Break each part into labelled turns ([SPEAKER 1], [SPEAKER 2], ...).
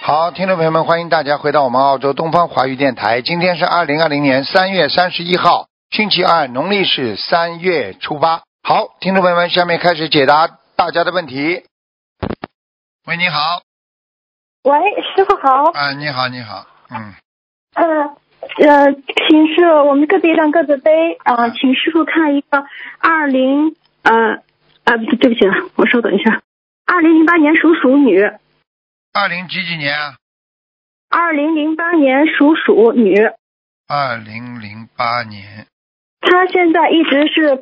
[SPEAKER 1] 好，听众朋友们，欢迎大家回到我们澳洲东方华语电台。今天是二零二零年三月三十一号，星期二，农历是三月初八。好，听众朋友们，下面开始解答大家的问题。喂，你好，
[SPEAKER 2] 喂，师傅好。
[SPEAKER 1] 啊，你好，你好，嗯，
[SPEAKER 2] 呃呃，请师傅，我们个别让各自背啊、呃请师傅看一个二零呃呃，不对对不起啊，我稍等一下，二零零八年属鼠女，
[SPEAKER 1] 二零几几年啊？
[SPEAKER 2] 二零零八年属鼠女，
[SPEAKER 1] 二零零八年，
[SPEAKER 2] 她现在一直是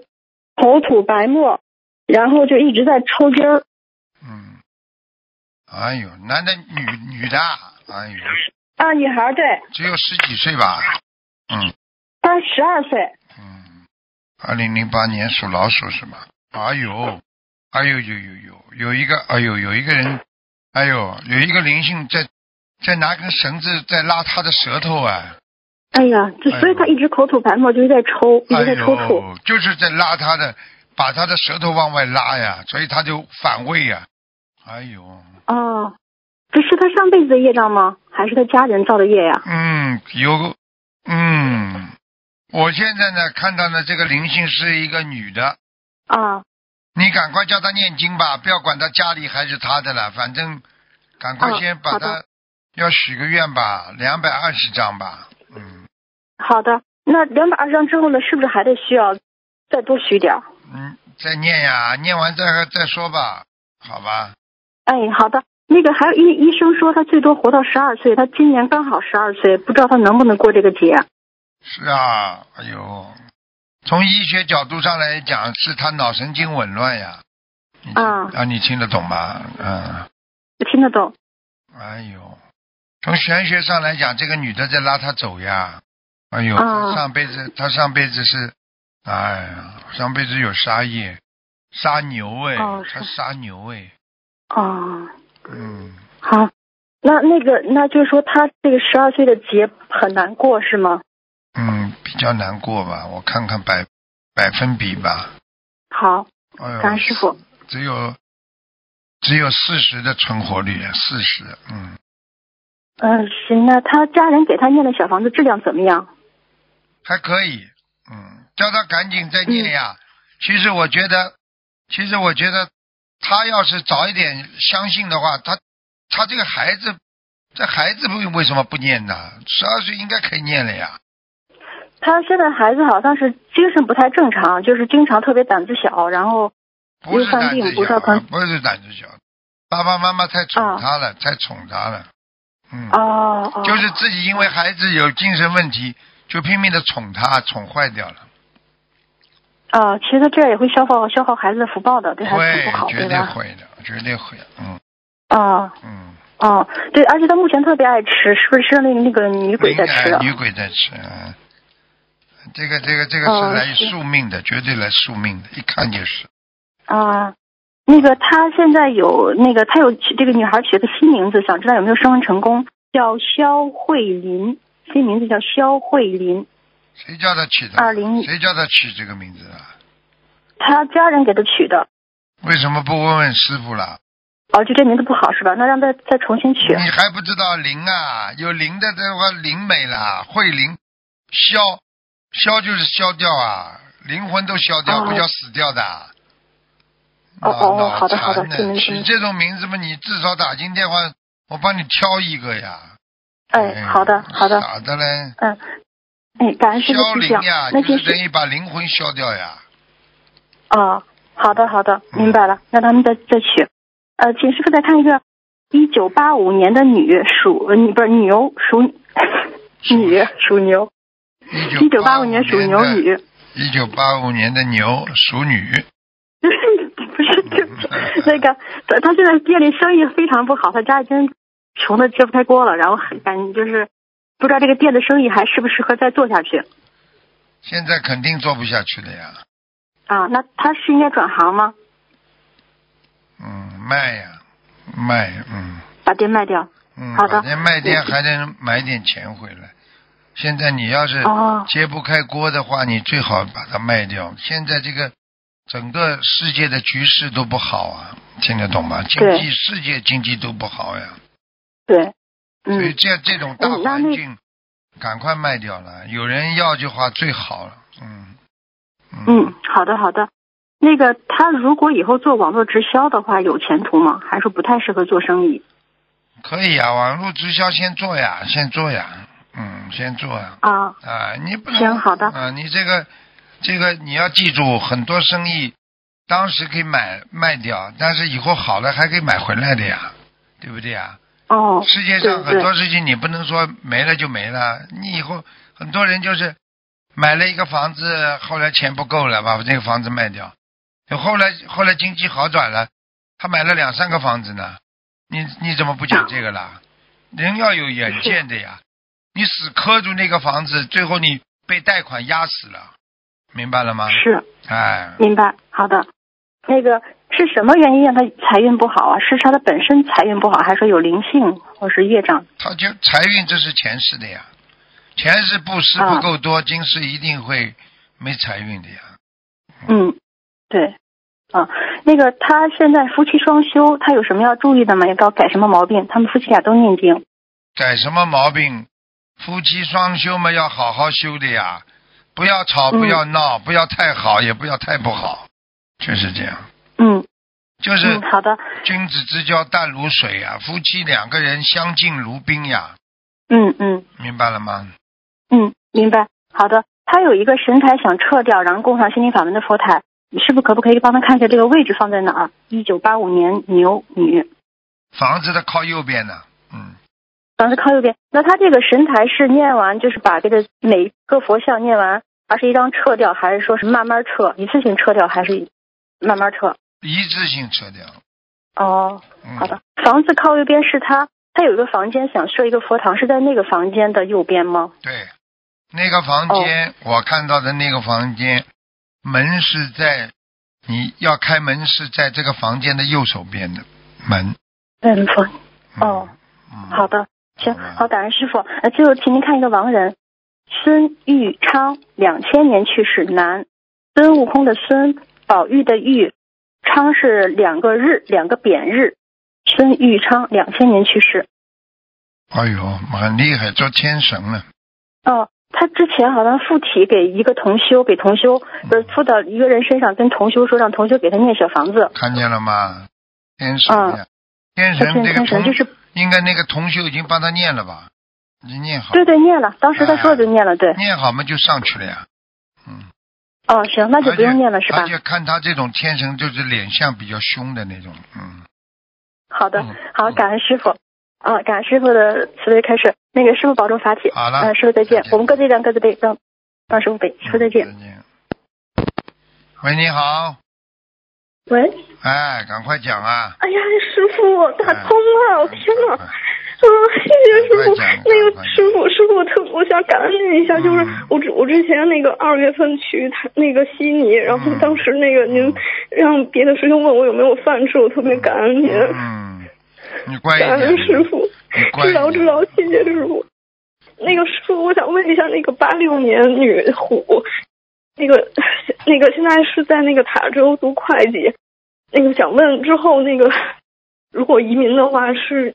[SPEAKER 2] 口吐白沫，然后就一直在抽筋儿。
[SPEAKER 1] 嗯，哎呦，男的女女的啊，哎呦，
[SPEAKER 2] 啊，女孩儿对，
[SPEAKER 1] 只有十几岁吧？嗯
[SPEAKER 2] 她十二岁，
[SPEAKER 1] 嗯，二零零八年属老鼠是吗？哎呦，哎呦呦呦呦，有一个哎呦有一个人，哎呦有一个灵性在在拿根绳子在拉他的舌头啊，
[SPEAKER 2] 哎呀，就
[SPEAKER 1] 哎呦
[SPEAKER 2] 所以她一直口吐白沫，就是在抽，一
[SPEAKER 1] 哎
[SPEAKER 2] 直在抽搐。
[SPEAKER 1] 呦就是在拉他的，把他的舌头往外拉呀，所以他就反胃呀，哎呦，
[SPEAKER 2] 哦，这是他上辈子的业障吗？还是他家人造的业呀？
[SPEAKER 1] 嗯，有，嗯，我现在呢看到呢这个灵性是一个女的，
[SPEAKER 2] 啊，
[SPEAKER 1] 你赶快叫他念经吧，不要管他家里还是他的了，反正赶快先把
[SPEAKER 2] 嗯
[SPEAKER 1] 他、
[SPEAKER 2] 好
[SPEAKER 1] 要许个愿吧，两百二十张吧，嗯
[SPEAKER 2] 好的。那两百二十张之后呢，是不是还得需要再多许点儿？
[SPEAKER 1] 嗯，再念呀，念完再再说吧，好吧，
[SPEAKER 2] 哎，好的。那个还有医医生说他最多活到十二岁，他今年刚好十二岁，不知道他能不能过这个节。
[SPEAKER 1] 是啊，哎呦，从医学角度上来讲，是他脑神经紊乱呀，你
[SPEAKER 2] 啊
[SPEAKER 1] 啊，你听得懂吗？嗯，
[SPEAKER 2] 我听得懂。
[SPEAKER 1] 哎呦，从玄学上来讲，这个女的在拉他走呀。哎呦，
[SPEAKER 2] 啊
[SPEAKER 1] 她上辈子她上辈子是，哎呀，上辈子有杀业，杀牛哎，
[SPEAKER 2] 哦是
[SPEAKER 1] 她杀牛哎，
[SPEAKER 2] 哦，
[SPEAKER 1] 嗯，
[SPEAKER 2] 好。那那个，那就是说他这个十二岁的节很难过是吗？
[SPEAKER 1] 嗯，比较难过吧，我看看百百分比吧。
[SPEAKER 2] 好，
[SPEAKER 1] 哎
[SPEAKER 2] 感恩师
[SPEAKER 1] 呦，
[SPEAKER 2] 傅。
[SPEAKER 1] 只有只有四十的存活率，四十，嗯，
[SPEAKER 2] 嗯、行，那他家人给他念的小房子质量怎么样？
[SPEAKER 1] 还可以，嗯，叫他赶紧再念呀。
[SPEAKER 2] 嗯
[SPEAKER 1] 其实我觉得，其实我觉得，他要是早一点相信的话，他他这个孩子，这孩子为为什么不念呢？十二岁应该可以念了呀。
[SPEAKER 2] 他现在孩子好像是精神不太正常，就是经常特别胆子小，然后
[SPEAKER 1] 不是
[SPEAKER 2] 因为犯
[SPEAKER 1] 胆子
[SPEAKER 2] 病不
[SPEAKER 1] 小
[SPEAKER 2] 知道
[SPEAKER 1] 啊，
[SPEAKER 2] 刚
[SPEAKER 1] 不是胆子小，爸爸妈妈太宠
[SPEAKER 2] 啊
[SPEAKER 1] 他了，太宠他了。嗯，
[SPEAKER 2] 哦哦，
[SPEAKER 1] 就是自己因为孩子有精神问题，就拼命的宠他，宠坏掉了。
[SPEAKER 2] 啊、其实这样也会消耗消耗孩子的福报的，对孩子
[SPEAKER 1] 会
[SPEAKER 2] 不好，，
[SPEAKER 1] 绝
[SPEAKER 2] 对
[SPEAKER 1] 对
[SPEAKER 2] 吧？
[SPEAKER 1] 会的，绝对会的。嗯
[SPEAKER 2] 啊
[SPEAKER 1] 嗯，
[SPEAKER 2] 哦，对，而且他目前特别爱吃，是不是是那个那个女鬼在吃啊
[SPEAKER 1] 灵
[SPEAKER 2] 的
[SPEAKER 1] 感？女鬼在吃。嗯这个这个这个是
[SPEAKER 2] 哦
[SPEAKER 1] 来
[SPEAKER 2] 是
[SPEAKER 1] 宿命的，绝对来宿命的，一看就是。
[SPEAKER 2] 啊，那个他现在有那个他有起这个女孩起了个新名字，想知道有没有升温成功，叫肖慧琳，新名字叫肖慧琳。
[SPEAKER 1] 谁叫他起的？
[SPEAKER 2] 20
[SPEAKER 1] 谁叫他起这个名字啊？
[SPEAKER 2] 他家人给他取的，
[SPEAKER 1] 为什么不问问师傅啦？
[SPEAKER 2] 哦，就这名字不好是吧？那让他再重新取。
[SPEAKER 1] 你还不知道灵啊？有灵的这话灵美啦，慧灵，消消就是消掉啊，灵魂都消掉，
[SPEAKER 2] 哦
[SPEAKER 1] 不叫死掉的啊。
[SPEAKER 2] 哦
[SPEAKER 1] 脑
[SPEAKER 2] 哦
[SPEAKER 1] 脑
[SPEAKER 2] 好的好的
[SPEAKER 1] 残
[SPEAKER 2] 听明白
[SPEAKER 1] 取这种名字嘛，你至少打进电话，我帮你挑一个呀。
[SPEAKER 2] 哎，好的，好的，
[SPEAKER 1] 傻的嘞，
[SPEAKER 2] 嗯，哎，感恩师傅
[SPEAKER 1] 消
[SPEAKER 2] 提
[SPEAKER 1] 灵
[SPEAKER 2] 醒
[SPEAKER 1] 呀，，
[SPEAKER 2] 那
[SPEAKER 1] 就
[SPEAKER 2] 就是
[SPEAKER 1] 等
[SPEAKER 2] 是
[SPEAKER 1] 于把灵魂消掉呀。
[SPEAKER 2] 啊，好的，好的，
[SPEAKER 1] 嗯
[SPEAKER 2] 明白了，那咱们再再取。呃，请师傅再看一个，一九八五年的女属，呃你不是牛 属女属牛，一九八五年属牛女，
[SPEAKER 1] 一九八五年的牛属女，
[SPEAKER 2] 不是对不起， 那个她她现在店里生意非常不好，她家已经穷的揭不开锅了，然后感觉就是不知道这个店的生意还适不适合再做下去
[SPEAKER 1] 现在肯定做不下去了呀。
[SPEAKER 2] 啊？那她是应该转行吗？
[SPEAKER 1] 嗯，卖呀，卖，嗯
[SPEAKER 2] 把店卖掉？
[SPEAKER 1] 嗯，
[SPEAKER 2] 好的
[SPEAKER 1] 把这卖店
[SPEAKER 2] 嗯
[SPEAKER 1] 还能买点钱回来。现在你要是
[SPEAKER 2] 哦，
[SPEAKER 1] 揭不开锅的话，你最好把它卖掉。现在这个整个世界的局势都不好啊，听得懂吗？经
[SPEAKER 2] 对
[SPEAKER 1] 济世界经济都不好呀。
[SPEAKER 2] 对，
[SPEAKER 1] 所以
[SPEAKER 2] 嗯
[SPEAKER 1] 这这种大
[SPEAKER 2] 嗯那
[SPEAKER 1] 环
[SPEAKER 2] 那
[SPEAKER 1] 境，赶快卖掉了，有人要就话最好了，嗯
[SPEAKER 2] 嗯，好的好的。那个他如果以后做网络直销的话，有前途吗？还是不太适合做生意
[SPEAKER 1] 可以啊，网络直销先做呀，先做呀，嗯，先做呀，
[SPEAKER 2] 啊？
[SPEAKER 1] 啊，你不能
[SPEAKER 2] 行好的
[SPEAKER 1] 啊，你这个这个你要记住，很多生意当时可以买卖掉，但是以后好了还可以买回来的呀，对不对呀？
[SPEAKER 2] 哦，
[SPEAKER 1] 世界上
[SPEAKER 2] 对对
[SPEAKER 1] 很多事情你不能说没了就没了，你以后很多人就是买了一个房子，后来钱不够了，把这个房子卖掉，后来后来经济好转了，他买了两三个房子呢，你你怎么不讲这个啦？人要有远见的呀，你死磕住那个房子，最后你被贷款压死了，明白了吗？
[SPEAKER 2] 是
[SPEAKER 1] 哎，
[SPEAKER 2] 明白。好的，那个是什么原因让他财运不好啊？是他的本身财运不好，还是说有灵性或是业障？
[SPEAKER 1] 他就财运这是前世的呀，前世布施不够多，今世一定会没财运的呀。
[SPEAKER 2] 嗯，对，啊，那个他现在夫妻双修，他有什么要注意的吗？要要改什么毛病？他们夫妻俩都念经。
[SPEAKER 1] 改什么毛病？夫妻双修嘛，要好好修的呀，不要吵，
[SPEAKER 2] 嗯
[SPEAKER 1] 不要闹，不要太好，也不要太不好，就是这样。
[SPEAKER 2] 嗯
[SPEAKER 1] 就是
[SPEAKER 2] 嗯，好的，
[SPEAKER 1] 君子之交淡如水呀、夫妻两个人相敬如宾呀，
[SPEAKER 2] 嗯嗯
[SPEAKER 1] 明白了吗？
[SPEAKER 2] 嗯，明白。好的，他有一个神台想撤掉，然后供上心灵法门的佛台，你是不是可不可以帮他看一下这个位置放在哪儿？一九八五年牛女，
[SPEAKER 1] 房子的靠右边呢，嗯，
[SPEAKER 2] 房子靠右边。那他这个神台是念完就是把这个每个佛像念完二十一张撤掉，还是说是慢慢撤，一次性撤掉，还是慢慢撤？
[SPEAKER 1] 一致性撤掉。
[SPEAKER 2] 哦，
[SPEAKER 1] 嗯、
[SPEAKER 2] 好的，房子靠右边是他，他有一个房间想设一个佛堂，是在那个房间的右边吗？
[SPEAKER 1] 对，那个房
[SPEAKER 2] 哦
[SPEAKER 1] 间、我看到的那个房间，门是在你要开门是在这个房间的右手边的门。
[SPEAKER 2] 嗯，佛。
[SPEAKER 1] 嗯、
[SPEAKER 2] 哦，
[SPEAKER 1] 嗯，
[SPEAKER 2] 好的，行
[SPEAKER 1] 好的，
[SPEAKER 2] 好，感恩师傅。呃，最后请您看一个亡人，孙玉昌，两千年去世，男，孙悟空的孙，宝玉的玉，昌是两个日，两个扁日。孙玉昌，两千年去世。
[SPEAKER 1] 哎呦，蛮厉害，做天神了。
[SPEAKER 2] 哦，他之前好像附体给一个同修，给同修
[SPEAKER 1] 嗯
[SPEAKER 2] 呃附到一个人身上，跟同修说让同修给他念小房子。
[SPEAKER 1] 看见了吗？天神呀，天
[SPEAKER 2] 他
[SPEAKER 1] 神这
[SPEAKER 2] 现嗯天
[SPEAKER 1] 个
[SPEAKER 2] 神
[SPEAKER 1] 同
[SPEAKER 2] 就是
[SPEAKER 1] 应该那个同修已经帮他念了吧？已经念好，
[SPEAKER 2] 对对，念了，当时
[SPEAKER 1] 哎
[SPEAKER 2] 他说的就念了，对。
[SPEAKER 1] 念好嘛就上去了呀。嗯，
[SPEAKER 2] 哦，行，那就不用念了，是吧
[SPEAKER 1] 而？且看他这种天神，就是脸相比较凶的那种，嗯，
[SPEAKER 2] 好的
[SPEAKER 1] 嗯，
[SPEAKER 2] 好，感恩师傅。啊，感恩师傅的慈悲开示。那个师傅保重法体。
[SPEAKER 1] 好了
[SPEAKER 2] 呃，师傅再
[SPEAKER 1] 再
[SPEAKER 2] 见。
[SPEAKER 1] 见嗯
[SPEAKER 2] 我们各自量各自背，让让师傅背。师傅再见。
[SPEAKER 1] 再见。喂，你好，
[SPEAKER 3] 喂，
[SPEAKER 1] 哎，赶快讲啊！
[SPEAKER 3] 哎呀，师傅，我打通了，天哪！
[SPEAKER 1] 哎
[SPEAKER 3] 啊，谢谢师
[SPEAKER 1] 快
[SPEAKER 3] 傅
[SPEAKER 1] 讲。
[SPEAKER 3] 那
[SPEAKER 1] 快
[SPEAKER 3] 个
[SPEAKER 1] 讲
[SPEAKER 3] 师傅，师傅，我特我想感恩您一下，就是
[SPEAKER 1] 嗯
[SPEAKER 3] 我之我之前那个二月份去台那个悉尼，然后
[SPEAKER 1] 嗯
[SPEAKER 3] 当时那个您让别的师兄问我有没有饭吃，我特别感恩您，
[SPEAKER 1] 嗯，你乖一
[SPEAKER 3] 感
[SPEAKER 1] 点
[SPEAKER 3] 恩，师傅，
[SPEAKER 1] 你乖一
[SPEAKER 3] 知
[SPEAKER 1] 点
[SPEAKER 3] 道知道，谢谢师傅。那个师傅，我想问一下，那个八六年女虎，那个那个现在是在那个塔州读会计，那个想问之后那个如果移民的话是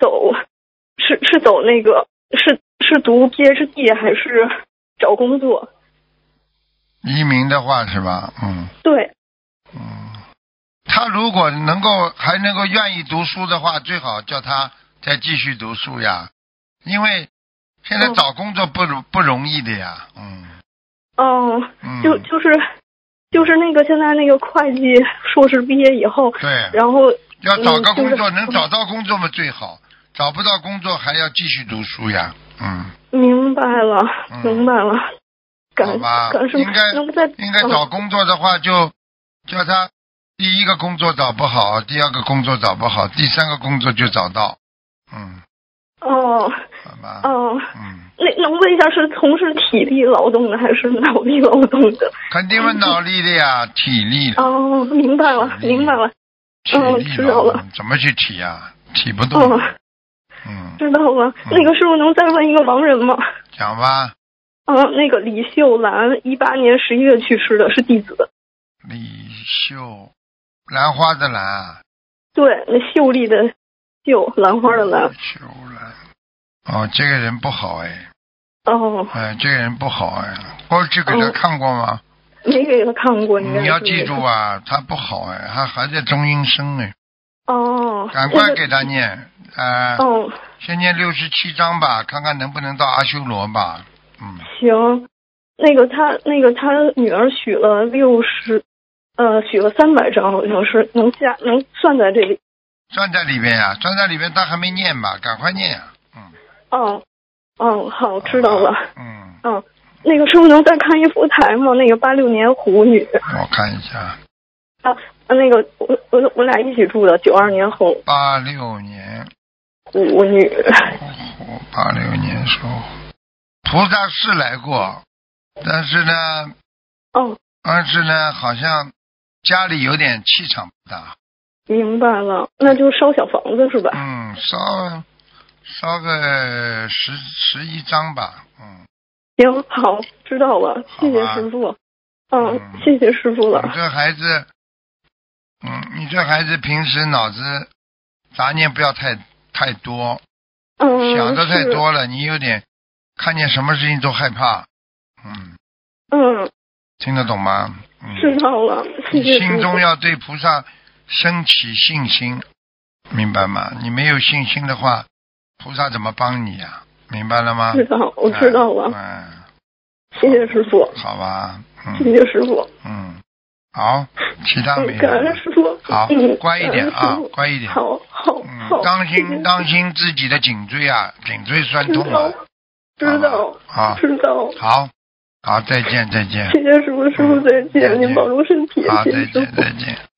[SPEAKER 3] 走是是走那个是是读 PhD 还是找工作？
[SPEAKER 1] 移民的话是吧？嗯。
[SPEAKER 3] 对，
[SPEAKER 1] 他如果能够还能够愿意读书的话，最好叫他再继续读书呀，因为现在
[SPEAKER 3] 嗯
[SPEAKER 1] 找工作不容不容易的呀，嗯
[SPEAKER 3] 哦，
[SPEAKER 1] 嗯，
[SPEAKER 3] 就就是就是那个现在那个会计硕士毕业以后，
[SPEAKER 1] 对，
[SPEAKER 3] 然后
[SPEAKER 1] 要找个
[SPEAKER 3] 嗯就是
[SPEAKER 1] 工作能找到工作嘛最好，找不到工作还要继续读书呀，嗯，
[SPEAKER 3] 明白了，
[SPEAKER 1] 嗯
[SPEAKER 3] 明白了，
[SPEAKER 1] 好
[SPEAKER 3] 感
[SPEAKER 1] 吧
[SPEAKER 3] 感什么
[SPEAKER 1] 应该？
[SPEAKER 3] 能不哦再
[SPEAKER 1] 应该找工作的话就叫他第一个工作找不好，第二个工作找不好，第三个工作就找到，嗯，
[SPEAKER 3] 哦
[SPEAKER 1] 好吧，
[SPEAKER 3] 哦，
[SPEAKER 1] 嗯，
[SPEAKER 3] 那能问一下是从事体力劳动的还是脑力劳动的？
[SPEAKER 1] 肯定有脑力的呀，体力的。
[SPEAKER 3] 哦，明白了，
[SPEAKER 1] 体力
[SPEAKER 3] 明白了，
[SPEAKER 1] 体
[SPEAKER 3] 哦
[SPEAKER 1] 力
[SPEAKER 3] 知
[SPEAKER 1] 劳
[SPEAKER 3] 道了
[SPEAKER 1] 动怎么去提呀、提不动。
[SPEAKER 3] 哦，
[SPEAKER 1] 嗯，
[SPEAKER 3] 知道了。
[SPEAKER 1] 嗯
[SPEAKER 3] 那个师傅能再问一个亡人吗？
[SPEAKER 1] 讲吧，
[SPEAKER 3] 嗯、那个李秀兰，一八年十一月去世的，是弟子。
[SPEAKER 1] 李秀，兰花的兰啊，
[SPEAKER 3] 对，那秀丽的秀，兰花的兰。
[SPEAKER 1] 秀兰，哦，这个人不好哎，
[SPEAKER 4] 哦，
[SPEAKER 1] 哎，这个人不好哎，过去给他
[SPEAKER 4] 哦
[SPEAKER 1] 看过吗？
[SPEAKER 4] 没给他看过，应该
[SPEAKER 1] 嗯你要
[SPEAKER 4] 是
[SPEAKER 1] 记
[SPEAKER 4] 没
[SPEAKER 1] 住
[SPEAKER 4] 看。
[SPEAKER 1] 啊，他不好哎，他还在中阴身哎，
[SPEAKER 4] 哦，
[SPEAKER 1] 赶
[SPEAKER 4] 这
[SPEAKER 1] 快
[SPEAKER 4] 个
[SPEAKER 1] 给他念，啊、
[SPEAKER 4] 哦，
[SPEAKER 1] 先念六十七章吧，看看能不能到阿修罗吧。嗯，
[SPEAKER 4] 行，那个他那个他女儿许了六十，呃，许了三百张，好像是能下能算在这里。
[SPEAKER 1] 算在里边呀、算在里边，他还没念吧，赶快念呀、嗯，
[SPEAKER 4] 哦，哦，好，知道了。
[SPEAKER 1] 嗯，
[SPEAKER 4] 嗯，那个师傅能再看一幅台吗？那个八六年虎女
[SPEAKER 1] 我看一下，
[SPEAKER 4] 啊，那个我我我俩一起住的，九二年虎
[SPEAKER 1] 八六年
[SPEAKER 4] 虎女。
[SPEAKER 1] 虎，八六年属虎，菩萨是来过，但是呢，
[SPEAKER 4] 哦，
[SPEAKER 1] 但是呢，好像家里有点气场不大，
[SPEAKER 4] 明白了，那就烧小房子是吧？
[SPEAKER 1] 嗯，烧烧个十十一张吧，嗯，
[SPEAKER 4] 行，好，知道了，谢谢
[SPEAKER 1] 好吧
[SPEAKER 4] 师傅。嗯
[SPEAKER 1] 嗯，
[SPEAKER 4] 谢谢师傅了
[SPEAKER 1] 你。这孩子，嗯，你这孩子平时脑子杂念不要太太多，
[SPEAKER 4] 嗯，
[SPEAKER 1] 想的太
[SPEAKER 4] 是
[SPEAKER 1] 多了，你有点看见什么事情都害怕，嗯，
[SPEAKER 4] 嗯，
[SPEAKER 1] 听得懂吗？
[SPEAKER 4] 知
[SPEAKER 1] 嗯，
[SPEAKER 4] 道了，谢
[SPEAKER 1] 你
[SPEAKER 4] 谢师
[SPEAKER 1] 心中
[SPEAKER 4] 傅。
[SPEAKER 1] 要对菩萨升起信心，明白吗？你没有信心的话，菩萨怎么帮你呀、明白了吗？
[SPEAKER 4] 知道，我知道了，
[SPEAKER 1] 嗯，
[SPEAKER 4] 谢谢师傅，
[SPEAKER 1] 嗯好吧，
[SPEAKER 4] 谢
[SPEAKER 1] 嗯
[SPEAKER 4] 谢师傅。
[SPEAKER 1] 嗯，好，其他没
[SPEAKER 4] 嗯，感
[SPEAKER 1] 有了
[SPEAKER 4] 恩。师傅。
[SPEAKER 1] 好
[SPEAKER 4] 嗯，，
[SPEAKER 1] 乖一点
[SPEAKER 4] 感恩
[SPEAKER 1] 啊
[SPEAKER 4] 师傅，
[SPEAKER 1] 乖一点。
[SPEAKER 4] 好好好
[SPEAKER 1] 嗯，，当
[SPEAKER 4] 谢谢
[SPEAKER 1] 心当心自己的颈椎啊，颈椎酸
[SPEAKER 4] 知
[SPEAKER 1] 痛
[SPEAKER 4] 道
[SPEAKER 1] 啊。，
[SPEAKER 4] 知道，
[SPEAKER 1] 好，
[SPEAKER 4] 知道。
[SPEAKER 1] 好，好，再见，再见。
[SPEAKER 4] 谢谢师傅，师傅再
[SPEAKER 1] 再见
[SPEAKER 4] 见，您保重身体，
[SPEAKER 1] 好，
[SPEAKER 4] 谢
[SPEAKER 1] 再
[SPEAKER 4] 谢师
[SPEAKER 1] 见，
[SPEAKER 4] 傅。
[SPEAKER 1] 再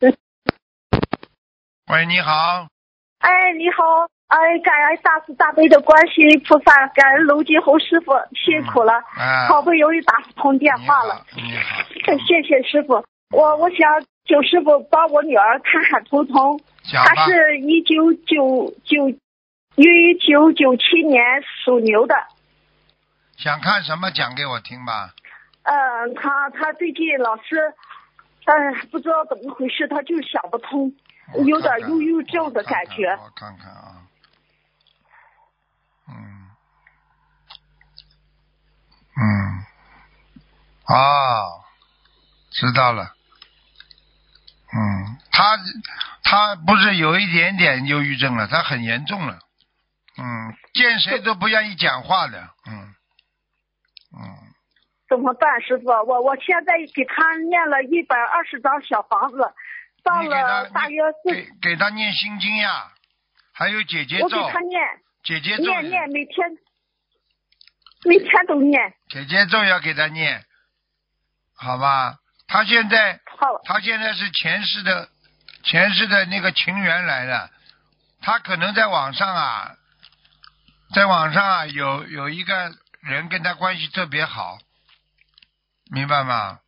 [SPEAKER 1] 见。喂，你好，啊
[SPEAKER 3] 哎，你好，哎，感恩大慈大悲的观世音菩萨，感恩卢金红师傅，辛苦了，
[SPEAKER 1] 啊，
[SPEAKER 3] 好不容易打通电话了，
[SPEAKER 1] 你好，嗯
[SPEAKER 3] 哎 谢谢师傅。我我想请师傅帮我女儿看看图腾，
[SPEAKER 1] 讲吧
[SPEAKER 3] 她，是一九九九一九九七年属牛的，
[SPEAKER 1] 想看什么讲给我听吧。
[SPEAKER 3] 嗯，她她最近老是，嗯、不知道怎么回事，她就想不通，
[SPEAKER 1] 我
[SPEAKER 3] 有点
[SPEAKER 1] 看看
[SPEAKER 3] 忧郁症的感觉
[SPEAKER 1] 我看看我看看啊，嗯，嗯，哦，知道了。嗯，他他不是有一点点忧郁症了，他很严重了。嗯，见谁都不愿意讲话的。嗯，嗯，
[SPEAKER 3] 怎么办，师傅？我我现在给他念了一百二十张小房子，到
[SPEAKER 1] 你给他
[SPEAKER 3] 了大约
[SPEAKER 1] 给
[SPEAKER 3] 四，
[SPEAKER 1] 给他念心经呀，还有姐姐
[SPEAKER 3] 我给
[SPEAKER 1] 咒，
[SPEAKER 3] 他念
[SPEAKER 1] 姐姐咒
[SPEAKER 3] 念念，每天每天都念，
[SPEAKER 1] 姐姐咒要给他念，好吧？他现在
[SPEAKER 3] 好，
[SPEAKER 1] 他现在是前世的前世的那个情缘来的，他可能在网上啊，在网上啊有有一个人跟他关系特别好，明白吗？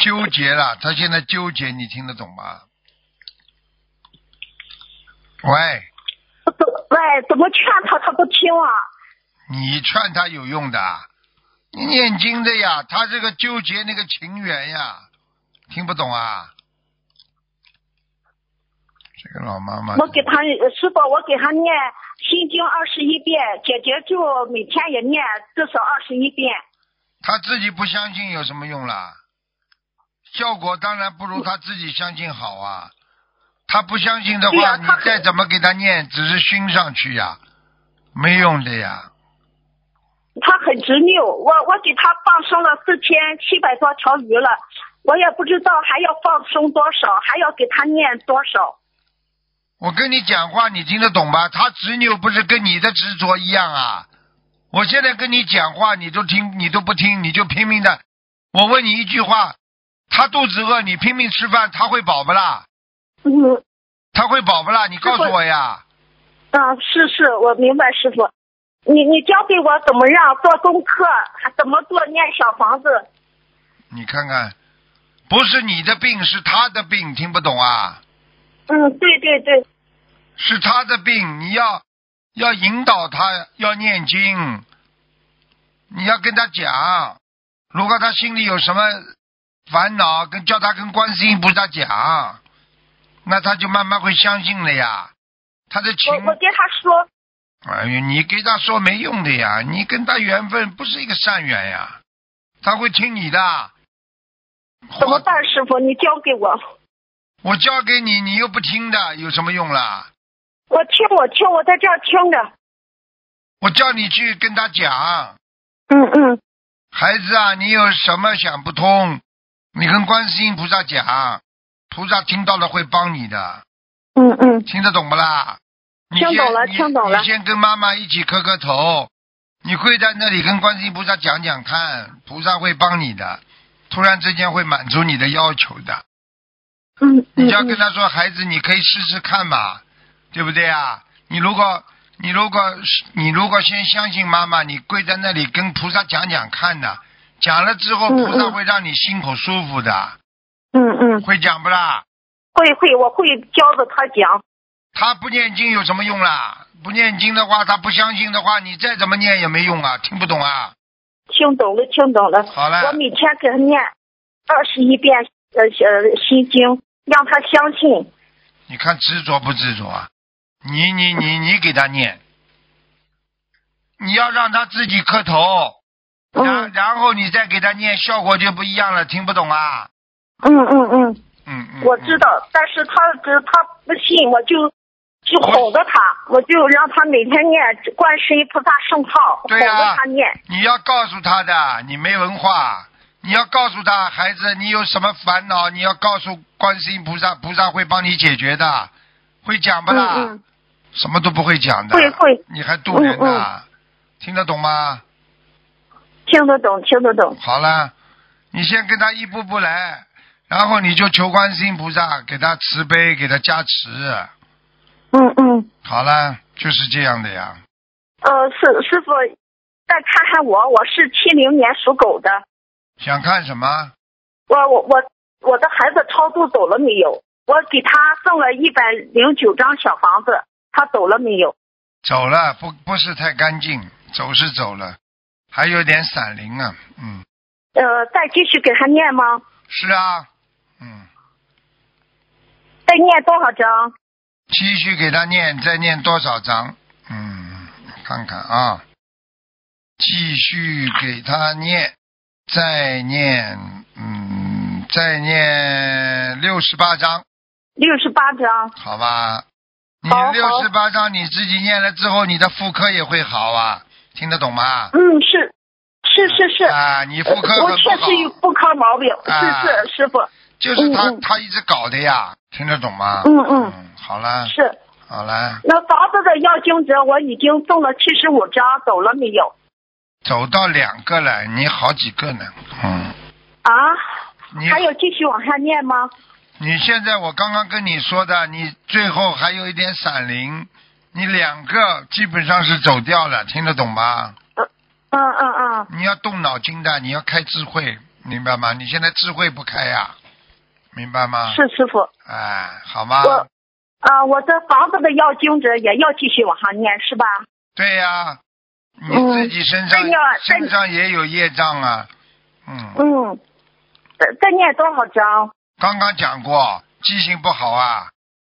[SPEAKER 1] 纠结了，他现在纠结，你听得懂吗？喂，
[SPEAKER 3] 怎喂，怎么劝他他不听啊？
[SPEAKER 1] 你劝他有用的，你念经的呀，他这个纠结那个情缘呀，听不懂啊？这个老妈妈，
[SPEAKER 3] 我给他师傅，我给他念心经二十一遍，姐姐就每天也念至少二十一遍。
[SPEAKER 1] 他自己不相信有什么用啦？效果当然不如他自己相信好啊。他不相信的
[SPEAKER 3] 对
[SPEAKER 1] 话，
[SPEAKER 3] 呀
[SPEAKER 1] 你
[SPEAKER 3] 他
[SPEAKER 1] 再怎么给他念，只是熏上去呀，没用的呀。
[SPEAKER 3] 他很执拗，我我给他放生了四千七百多条鱼了，我也不知道还要放生多少，还要给他念多少。
[SPEAKER 1] 我跟你讲话，你听得懂吧？他执拗不是跟你的执着一样啊？我现在跟你讲话，你都听，你都不听，你就拼命的。我问你一句话，他肚子饿，你拼命吃饭，他会饱不啦？
[SPEAKER 3] 嗯，
[SPEAKER 1] 他会饱不啦？你告诉我呀。
[SPEAKER 3] 啊，是是，我明白师傅，你你教给我怎么样做功课，还怎么做念小房子。
[SPEAKER 1] 你看看，不是你的病，是他的病，听不懂啊？
[SPEAKER 3] 嗯，对对对，
[SPEAKER 1] 是他的病，你要要引导他，要念经，你要跟他讲。如果他心里有什么烦恼，跟叫他跟观世音菩萨讲，那他就慢慢会相信了呀。他的情
[SPEAKER 3] 我我跟他说，
[SPEAKER 1] 哎呦，你给他说没用的呀，你跟他缘分不是一个善缘呀，他会听你的。
[SPEAKER 3] 怎么办，师傅？你教给我。
[SPEAKER 1] 我教给你，你又不听的，有什么用啦？
[SPEAKER 3] 我听，我听，我在这儿听着。
[SPEAKER 1] 我叫你去跟他讲，
[SPEAKER 2] 嗯嗯
[SPEAKER 1] 孩子啊，你有什么想不通，你跟观世音菩萨讲，菩萨听到了会帮你的，
[SPEAKER 2] 嗯嗯
[SPEAKER 1] 听得懂不啦？你先
[SPEAKER 3] 听懂了
[SPEAKER 1] 你
[SPEAKER 3] 听懂了
[SPEAKER 1] 你先跟妈妈一起磕磕头，你跪在那里跟观世音菩萨讲讲看，菩萨会帮你的，突然之间会满足你的要求的。
[SPEAKER 2] 嗯嗯
[SPEAKER 1] 你就要跟
[SPEAKER 2] 嗯
[SPEAKER 1] 他说，孩子，你可以试试看嘛，对不对啊？你如果你如果是你如果先相信妈妈，你跪在那里跟菩萨讲讲看呢，讲了之后，
[SPEAKER 2] 嗯
[SPEAKER 1] 菩萨
[SPEAKER 2] 嗯
[SPEAKER 1] 会让你心口舒服的，
[SPEAKER 2] 嗯嗯
[SPEAKER 1] 会讲不啦？
[SPEAKER 3] 会会，我会教着他讲。
[SPEAKER 1] 他不念经有什么用啦？不念经的话，他不相信的话，你再怎么念也没用啊，听不懂啊。
[SPEAKER 3] 听懂了，听懂了。
[SPEAKER 1] 好了
[SPEAKER 3] 我，每天给他念二十一遍呃呃心经，让他相信。
[SPEAKER 1] 你看执着不执着啊？你你你你给他念，你要让他自己磕头，然
[SPEAKER 2] 嗯
[SPEAKER 1] 然后你再给他念，效果就不一样了，听不懂啊？
[SPEAKER 2] 嗯嗯嗯，
[SPEAKER 1] 嗯嗯，
[SPEAKER 3] 我知
[SPEAKER 1] 道，
[SPEAKER 3] 道，但是他只他不信，我就就哄着他，我就让他每天念观世音菩萨圣号，
[SPEAKER 1] 嗯对
[SPEAKER 3] 哄
[SPEAKER 1] 呀
[SPEAKER 3] 着他念。
[SPEAKER 1] 你要告诉他的，你没文化，你要告诉他，孩子，你有什么烦恼，你要告诉观世音菩萨，菩萨会帮你解决的，会讲不啦？
[SPEAKER 2] 嗯嗯
[SPEAKER 1] 什么都不会讲的，
[SPEAKER 3] 会嗯会
[SPEAKER 1] 你还渡人呢、听得懂吗？
[SPEAKER 3] 听得懂，听得懂。
[SPEAKER 1] 好了，你先跟他一步步来，然后你就求观世音菩萨给他慈悲，给他加持。
[SPEAKER 2] 嗯嗯，
[SPEAKER 1] 好了，就是这样的呀。
[SPEAKER 3] 呃，师师傅，再看看我，我是七零年属狗的，
[SPEAKER 1] 想看什么？
[SPEAKER 3] 我我我我的孩子超度走了没有？我给他送了一百零九张小房子，他走了没有？
[SPEAKER 1] 走了，不不是太干净，走是走了，还有点散灵啊。嗯，
[SPEAKER 3] 呃，再继续给他念吗？
[SPEAKER 1] 是啊，嗯，
[SPEAKER 3] 再念多少张？
[SPEAKER 1] 继续给他念，再念多少章？嗯，看看啊，继续给他念，再念，嗯，再念六十八章，
[SPEAKER 3] 六十八张。
[SPEAKER 1] 好吧？你
[SPEAKER 3] 好好
[SPEAKER 1] 六十八章你自己念了之后，你的妇科也会好啊，听得懂吗？
[SPEAKER 3] 嗯，是，是是是。
[SPEAKER 1] 啊，你妇科
[SPEAKER 3] 我
[SPEAKER 1] 很不
[SPEAKER 3] 确
[SPEAKER 1] 好
[SPEAKER 3] 实。有妇科毛病，
[SPEAKER 1] 啊
[SPEAKER 3] 是是师傅，
[SPEAKER 1] 就是他、
[SPEAKER 2] 嗯嗯
[SPEAKER 1] 他一直搞的呀，听得懂吗？
[SPEAKER 2] 嗯嗯
[SPEAKER 1] 好了，
[SPEAKER 3] 是。
[SPEAKER 1] 好了，
[SPEAKER 3] 那房子的要经者我已经送了七十五张，走了没有？
[SPEAKER 1] 走到两个了，你好几个呢，嗯，
[SPEAKER 3] 啊？
[SPEAKER 1] 你
[SPEAKER 3] 还有继续往下念吗？
[SPEAKER 1] 你现在我刚刚跟你说的，你最后还有一点闪灵，你两个基本上是走掉了，听得懂吗？
[SPEAKER 3] 嗯嗯嗯，
[SPEAKER 1] 你要动脑筋的，你要开智慧，明白吗？你现在智慧不开呀，明白吗？
[SPEAKER 3] 是师傅。
[SPEAKER 1] 哎，好吗？
[SPEAKER 3] 我啊，我的房子的要经者也要继续往上念，是吧？
[SPEAKER 1] 对呀、你自己身上、
[SPEAKER 3] 嗯哎呀
[SPEAKER 1] 身上也有业障啊，嗯。
[SPEAKER 3] 嗯，再再念多少张？
[SPEAKER 1] 刚刚讲过，记性不好啊。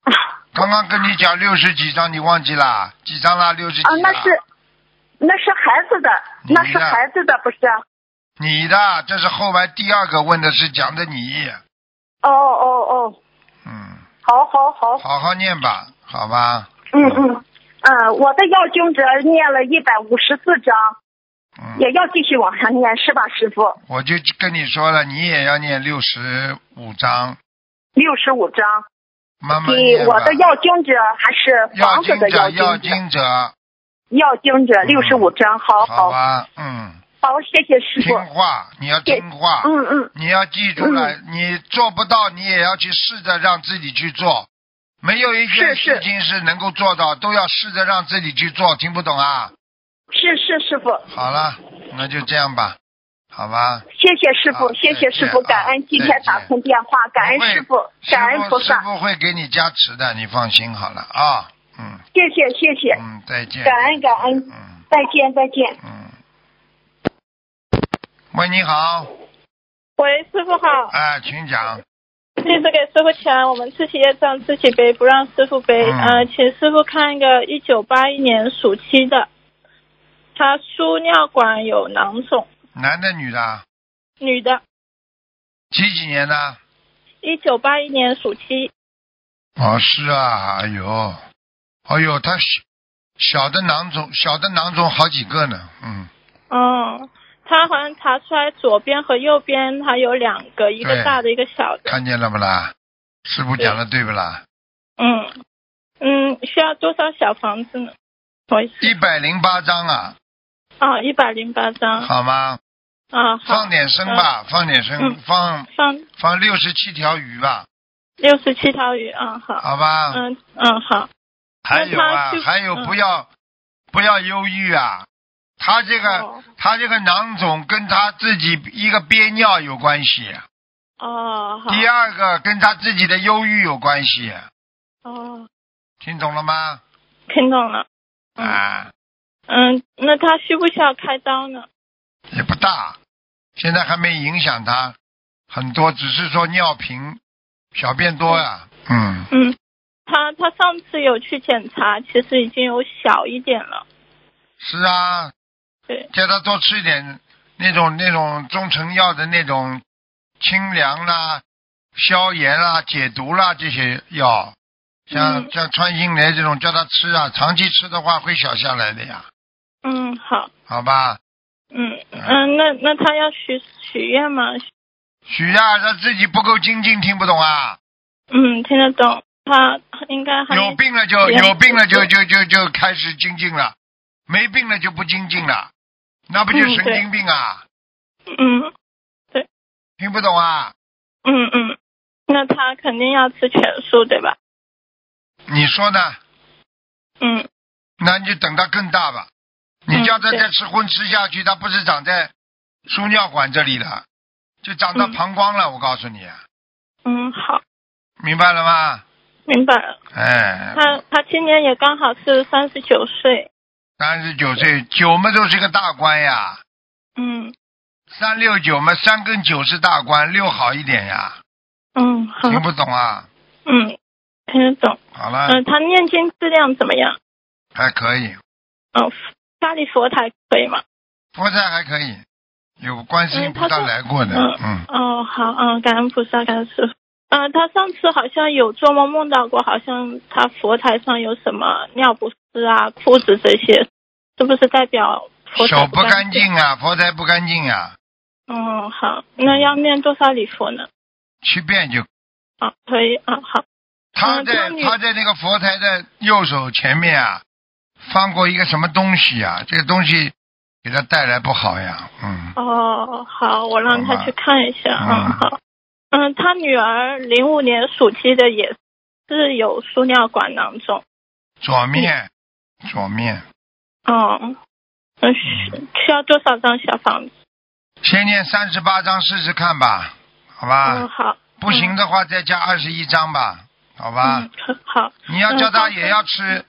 [SPEAKER 3] 啊，
[SPEAKER 1] 刚刚跟你讲六十几张，你忘记啦？几张啦？六十几啦？
[SPEAKER 3] 啊哦那是那是孩子的，
[SPEAKER 1] 啊你
[SPEAKER 3] 那是
[SPEAKER 1] 呢
[SPEAKER 3] 孩子的，不是？啊
[SPEAKER 1] 你的，这是后来第二个问的是讲的你，
[SPEAKER 3] 哦哦哦，
[SPEAKER 1] 嗯，
[SPEAKER 3] 好好好，
[SPEAKER 1] 好好念吧，好吧，
[SPEAKER 3] 嗯嗯嗯，我的要经者念了一百五十四章，
[SPEAKER 1] 嗯，
[SPEAKER 3] 也要继续往上念，是吧，师傅？
[SPEAKER 1] 我就跟你说了，你也要念六十五章，
[SPEAKER 3] 六十五章，
[SPEAKER 1] 慢慢嗯
[SPEAKER 3] 比
[SPEAKER 1] 念吧。
[SPEAKER 3] 我的要经者还是
[SPEAKER 1] 要
[SPEAKER 3] 房子
[SPEAKER 1] 经
[SPEAKER 3] 的
[SPEAKER 1] 者，要
[SPEAKER 3] 要经
[SPEAKER 1] 经
[SPEAKER 3] 者，
[SPEAKER 1] 者，
[SPEAKER 3] 要经者六十五章，好
[SPEAKER 1] 嗯好
[SPEAKER 3] 好
[SPEAKER 1] 吧，嗯，
[SPEAKER 3] 好，谢谢师
[SPEAKER 1] 听
[SPEAKER 3] 傅，
[SPEAKER 1] 话，你要听话，
[SPEAKER 3] 嗯嗯
[SPEAKER 1] 你要记住了，你做不到，你也要去试着让自己去做。没有一件
[SPEAKER 3] 是是
[SPEAKER 1] 事情是能够做到，都要试着让自己去做。听不懂啊？
[SPEAKER 3] 是是师傅，
[SPEAKER 1] 好了，那就这样吧，好吧。
[SPEAKER 3] 谢谢师
[SPEAKER 1] 好
[SPEAKER 3] 傅，谢谢师
[SPEAKER 1] 再
[SPEAKER 3] 傅，
[SPEAKER 1] 见啊
[SPEAKER 3] 感恩今
[SPEAKER 1] 再
[SPEAKER 3] 天
[SPEAKER 1] 见
[SPEAKER 3] 打通电话，感恩
[SPEAKER 1] 不会
[SPEAKER 3] 师傅，感恩菩
[SPEAKER 1] 师
[SPEAKER 3] 萨，
[SPEAKER 1] 傅会给你加持的，你放心好了啊。嗯
[SPEAKER 3] 谢谢谢谢，
[SPEAKER 1] 嗯，再见。
[SPEAKER 3] 感恩感恩，
[SPEAKER 1] 嗯
[SPEAKER 3] 再见再见。
[SPEAKER 1] 嗯。喂，你好，
[SPEAKER 4] 喂，师傅好，
[SPEAKER 1] 哎，请讲。
[SPEAKER 4] 师
[SPEAKER 5] 弟子给师傅钱，我们自己业障自己背，不让师傅背。
[SPEAKER 1] 嗯
[SPEAKER 5] 呃，请师傅看一个一九八一年属鸡的，他输尿管有囊肿，
[SPEAKER 1] 男的女的啊？
[SPEAKER 5] 女的，
[SPEAKER 1] 几几年的？
[SPEAKER 5] 一九八一年属鸡，
[SPEAKER 1] 哦，是啊，哎呦，哎呦，他小小的囊肿，小的囊肿好几个呢，嗯，
[SPEAKER 5] 嗯，他好像查出来左边和右边还有两个，一
[SPEAKER 1] 对
[SPEAKER 5] 个大的，一个小的，
[SPEAKER 1] 看见了不啦？师傅讲的对不啦？
[SPEAKER 5] 嗯嗯，需要多少小房子呢？不好意思
[SPEAKER 1] 一百零八章啊，
[SPEAKER 5] 啊，一百零八张
[SPEAKER 1] 好吗？
[SPEAKER 5] 啊，好
[SPEAKER 1] 放，点声吧，放点声，
[SPEAKER 5] 嗯
[SPEAKER 1] 放
[SPEAKER 5] 放
[SPEAKER 1] 放六十七条鱼吧，
[SPEAKER 5] 六十七条鱼啊，好，
[SPEAKER 1] 好吧？
[SPEAKER 5] 嗯嗯好，
[SPEAKER 1] 还有啊
[SPEAKER 5] 那他是，
[SPEAKER 1] 还有
[SPEAKER 5] 嗯
[SPEAKER 1] 不要、不要忧郁啊，他这个、
[SPEAKER 5] 哦
[SPEAKER 1] 他这个囊肿跟他自己一个憋尿有关系，
[SPEAKER 5] 哦好，
[SPEAKER 1] 第二个跟他自己的忧郁有关系，
[SPEAKER 5] 哦，
[SPEAKER 1] 听懂了吗？
[SPEAKER 5] 听懂了，嗯
[SPEAKER 1] 啊，
[SPEAKER 5] 嗯，那他需不需要开刀呢？
[SPEAKER 1] 也不大，现在还没影响他很多，只是说尿频、小便多呀、嗯，
[SPEAKER 5] 嗯，他他上次有去检查，其实已经有小一点了，
[SPEAKER 1] 是啊，
[SPEAKER 5] 对，
[SPEAKER 1] 叫他多吃一点那种那种中成药的那种清凉啦、消炎啦、解毒啦这些药，像、
[SPEAKER 5] 嗯
[SPEAKER 1] 像穿心莲这种叫他吃啊，长期吃的话会小下来的呀，
[SPEAKER 5] 嗯好，
[SPEAKER 1] 好吧？
[SPEAKER 5] 嗯嗯，那那他要许许愿吗？
[SPEAKER 1] 许呀，他自己不够精进，听不懂啊？
[SPEAKER 5] 嗯，听得懂，他应该还
[SPEAKER 1] 有病了就
[SPEAKER 5] 对呀
[SPEAKER 1] 有病了就
[SPEAKER 5] 对
[SPEAKER 1] 就就就开始精进了，没病了就不精进了，那不就
[SPEAKER 5] 嗯
[SPEAKER 1] 神
[SPEAKER 5] 对
[SPEAKER 1] 经病啊？
[SPEAKER 5] 嗯
[SPEAKER 1] 听不懂啊？
[SPEAKER 5] 嗯嗯，那他肯定要吃全素对吧？
[SPEAKER 1] 你说呢？
[SPEAKER 5] 嗯
[SPEAKER 1] 那你就等它更大吧。
[SPEAKER 5] 嗯
[SPEAKER 1] 你叫它
[SPEAKER 5] 对
[SPEAKER 1] 再吃荤吃下去，它不是长在输尿管这里了，就长到
[SPEAKER 5] 嗯
[SPEAKER 1] 膀胱了。我告诉你，
[SPEAKER 5] 嗯好，
[SPEAKER 1] 明白了吗？
[SPEAKER 5] 明白了。
[SPEAKER 1] 哎，
[SPEAKER 5] 他他今年也刚好是三十九岁，
[SPEAKER 1] 三十九岁，九嘛都是个大关呀，
[SPEAKER 5] 嗯
[SPEAKER 1] 三六九嘛，三跟九是大关，六好一点呀。
[SPEAKER 5] 嗯好，
[SPEAKER 1] 听不懂啊？
[SPEAKER 5] 嗯听得懂。
[SPEAKER 1] 好了，
[SPEAKER 5] 嗯，他念经质量怎么样？
[SPEAKER 1] 还可以，
[SPEAKER 5] 嗯，家里佛台可以吗？
[SPEAKER 1] 佛在还可以，有观世音
[SPEAKER 5] 嗯
[SPEAKER 1] 菩
[SPEAKER 5] 他
[SPEAKER 1] 萨
[SPEAKER 5] 说
[SPEAKER 1] 来过的，
[SPEAKER 5] 嗯
[SPEAKER 1] 嗯，
[SPEAKER 5] 哦，好，嗯，感恩菩萨，感恩师傅。嗯，他上次好像有做梦梦到过，好像他佛台上有什么尿不湿啊、裤子这些，是不是代表佛台
[SPEAKER 1] 手不干？净啊，佛台不干净啊，
[SPEAKER 5] 嗯，好，那要念多少礼佛呢？
[SPEAKER 1] 去便就
[SPEAKER 5] 啊，可以啊，好，
[SPEAKER 1] 他
[SPEAKER 5] 嗯
[SPEAKER 1] 在
[SPEAKER 5] 那你
[SPEAKER 1] 他在那个佛台的右手前面啊，放过一个什么东西啊？这个东西给他带来不好呀，嗯，
[SPEAKER 5] 哦，好，我让
[SPEAKER 1] 好吧
[SPEAKER 5] 他去看一下，
[SPEAKER 1] 嗯
[SPEAKER 5] 嗯，好，嗯，他女儿零五年属鸡的也是有输尿管囊肿，
[SPEAKER 1] 左面，左面，
[SPEAKER 5] 嗯，嗯，需需要多少张小房子？
[SPEAKER 1] 先念三十八章试试看吧，啊好
[SPEAKER 5] 嗯，
[SPEAKER 1] 吧？
[SPEAKER 5] 好。
[SPEAKER 1] 不行的话再加二十一章吧，好吧
[SPEAKER 5] 嗯？，好，
[SPEAKER 1] 你要叫他
[SPEAKER 5] 嗯
[SPEAKER 1] 也要吃，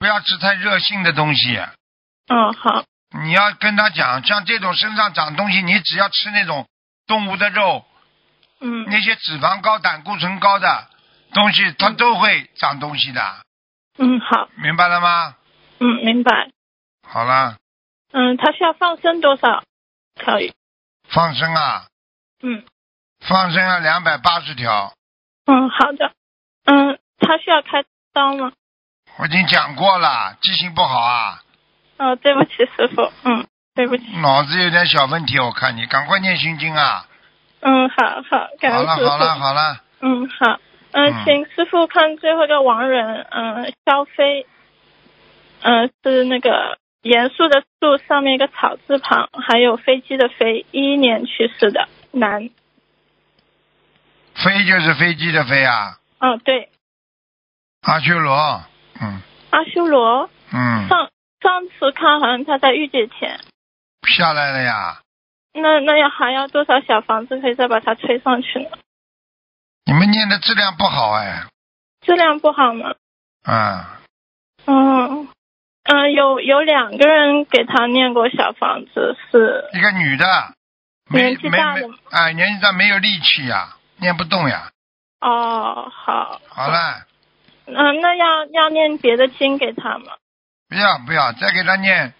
[SPEAKER 1] 不要吃太热性的东西。
[SPEAKER 5] 嗯，好，
[SPEAKER 1] 你要跟他讲，像这种身上长东西，你只要吃那种动物的肉，
[SPEAKER 5] 嗯，
[SPEAKER 1] 那些脂肪高、胆固醇高的东西，它都会长东西的，
[SPEAKER 5] 嗯，好，
[SPEAKER 1] 明白了吗？
[SPEAKER 5] 嗯，明白。
[SPEAKER 1] 好了，
[SPEAKER 5] 嗯，他需要放生多少条鱼？
[SPEAKER 1] 放生啊，
[SPEAKER 5] 嗯，
[SPEAKER 1] 放生啊，两百八十条，
[SPEAKER 5] 嗯，好的。嗯，他需要开刀吗？
[SPEAKER 1] 我已经讲过了，记性不好啊，
[SPEAKER 5] 哦，对不起，师傅。嗯，对不起。
[SPEAKER 1] 脑子有点小问题，我看你赶快念心经啊！
[SPEAKER 5] 嗯，好好，感
[SPEAKER 1] 好
[SPEAKER 5] 恩
[SPEAKER 1] 了
[SPEAKER 5] 师
[SPEAKER 1] 好了
[SPEAKER 5] 傅。
[SPEAKER 1] 好了，
[SPEAKER 5] 嗯，好。
[SPEAKER 1] 嗯
[SPEAKER 5] 嗯，请师傅看最后一个亡人，嗯，肖飞，嗯，是那个严肃的肃上面一个草字旁，还有飞机的飞，一一年去世的男。
[SPEAKER 1] 飞就是飞机的飞啊，
[SPEAKER 5] 嗯，对，
[SPEAKER 1] 阿修罗，嗯
[SPEAKER 5] 阿修罗。
[SPEAKER 1] 嗯，
[SPEAKER 5] 上上次看好像他在御姐前，
[SPEAKER 1] 下来了呀，
[SPEAKER 5] 那那要还要多少小房子可以再把它推上去呢？
[SPEAKER 1] 你们念的质量不好哎，
[SPEAKER 5] 质量不好吗？
[SPEAKER 1] 啊，
[SPEAKER 5] 嗯嗯、有有两个人给他念过小房子，是
[SPEAKER 1] 一个女的，没
[SPEAKER 5] 年纪
[SPEAKER 1] 没
[SPEAKER 5] 大
[SPEAKER 1] 没
[SPEAKER 5] 了
[SPEAKER 1] 啊，年纪大没有力气呀、念不动呀。
[SPEAKER 5] 哦，好，
[SPEAKER 1] 好了，
[SPEAKER 5] 嗯、那要要念别的经给他吗？
[SPEAKER 1] 不要不要，再给他念，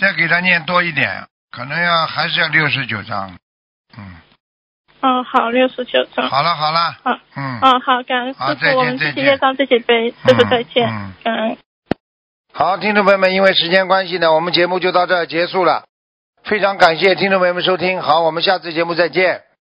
[SPEAKER 1] 再给他念多一点，可能要还是要六十九章。嗯，
[SPEAKER 5] 嗯，好，六十九章。
[SPEAKER 1] 好了好了
[SPEAKER 5] 好，
[SPEAKER 1] 嗯，
[SPEAKER 5] 嗯，好，感恩
[SPEAKER 1] 好
[SPEAKER 5] 师
[SPEAKER 1] 再见
[SPEAKER 5] 傅，我们
[SPEAKER 1] 再
[SPEAKER 5] 自己
[SPEAKER 1] 见
[SPEAKER 5] 业障自己背，师傅再见，
[SPEAKER 1] 嗯嗯
[SPEAKER 5] 感恩。
[SPEAKER 1] 好，听众朋友们，因为时间关系呢，我们节目就到这儿结束了。非常感谢听众朋友们收听，好，我们下次节目再见。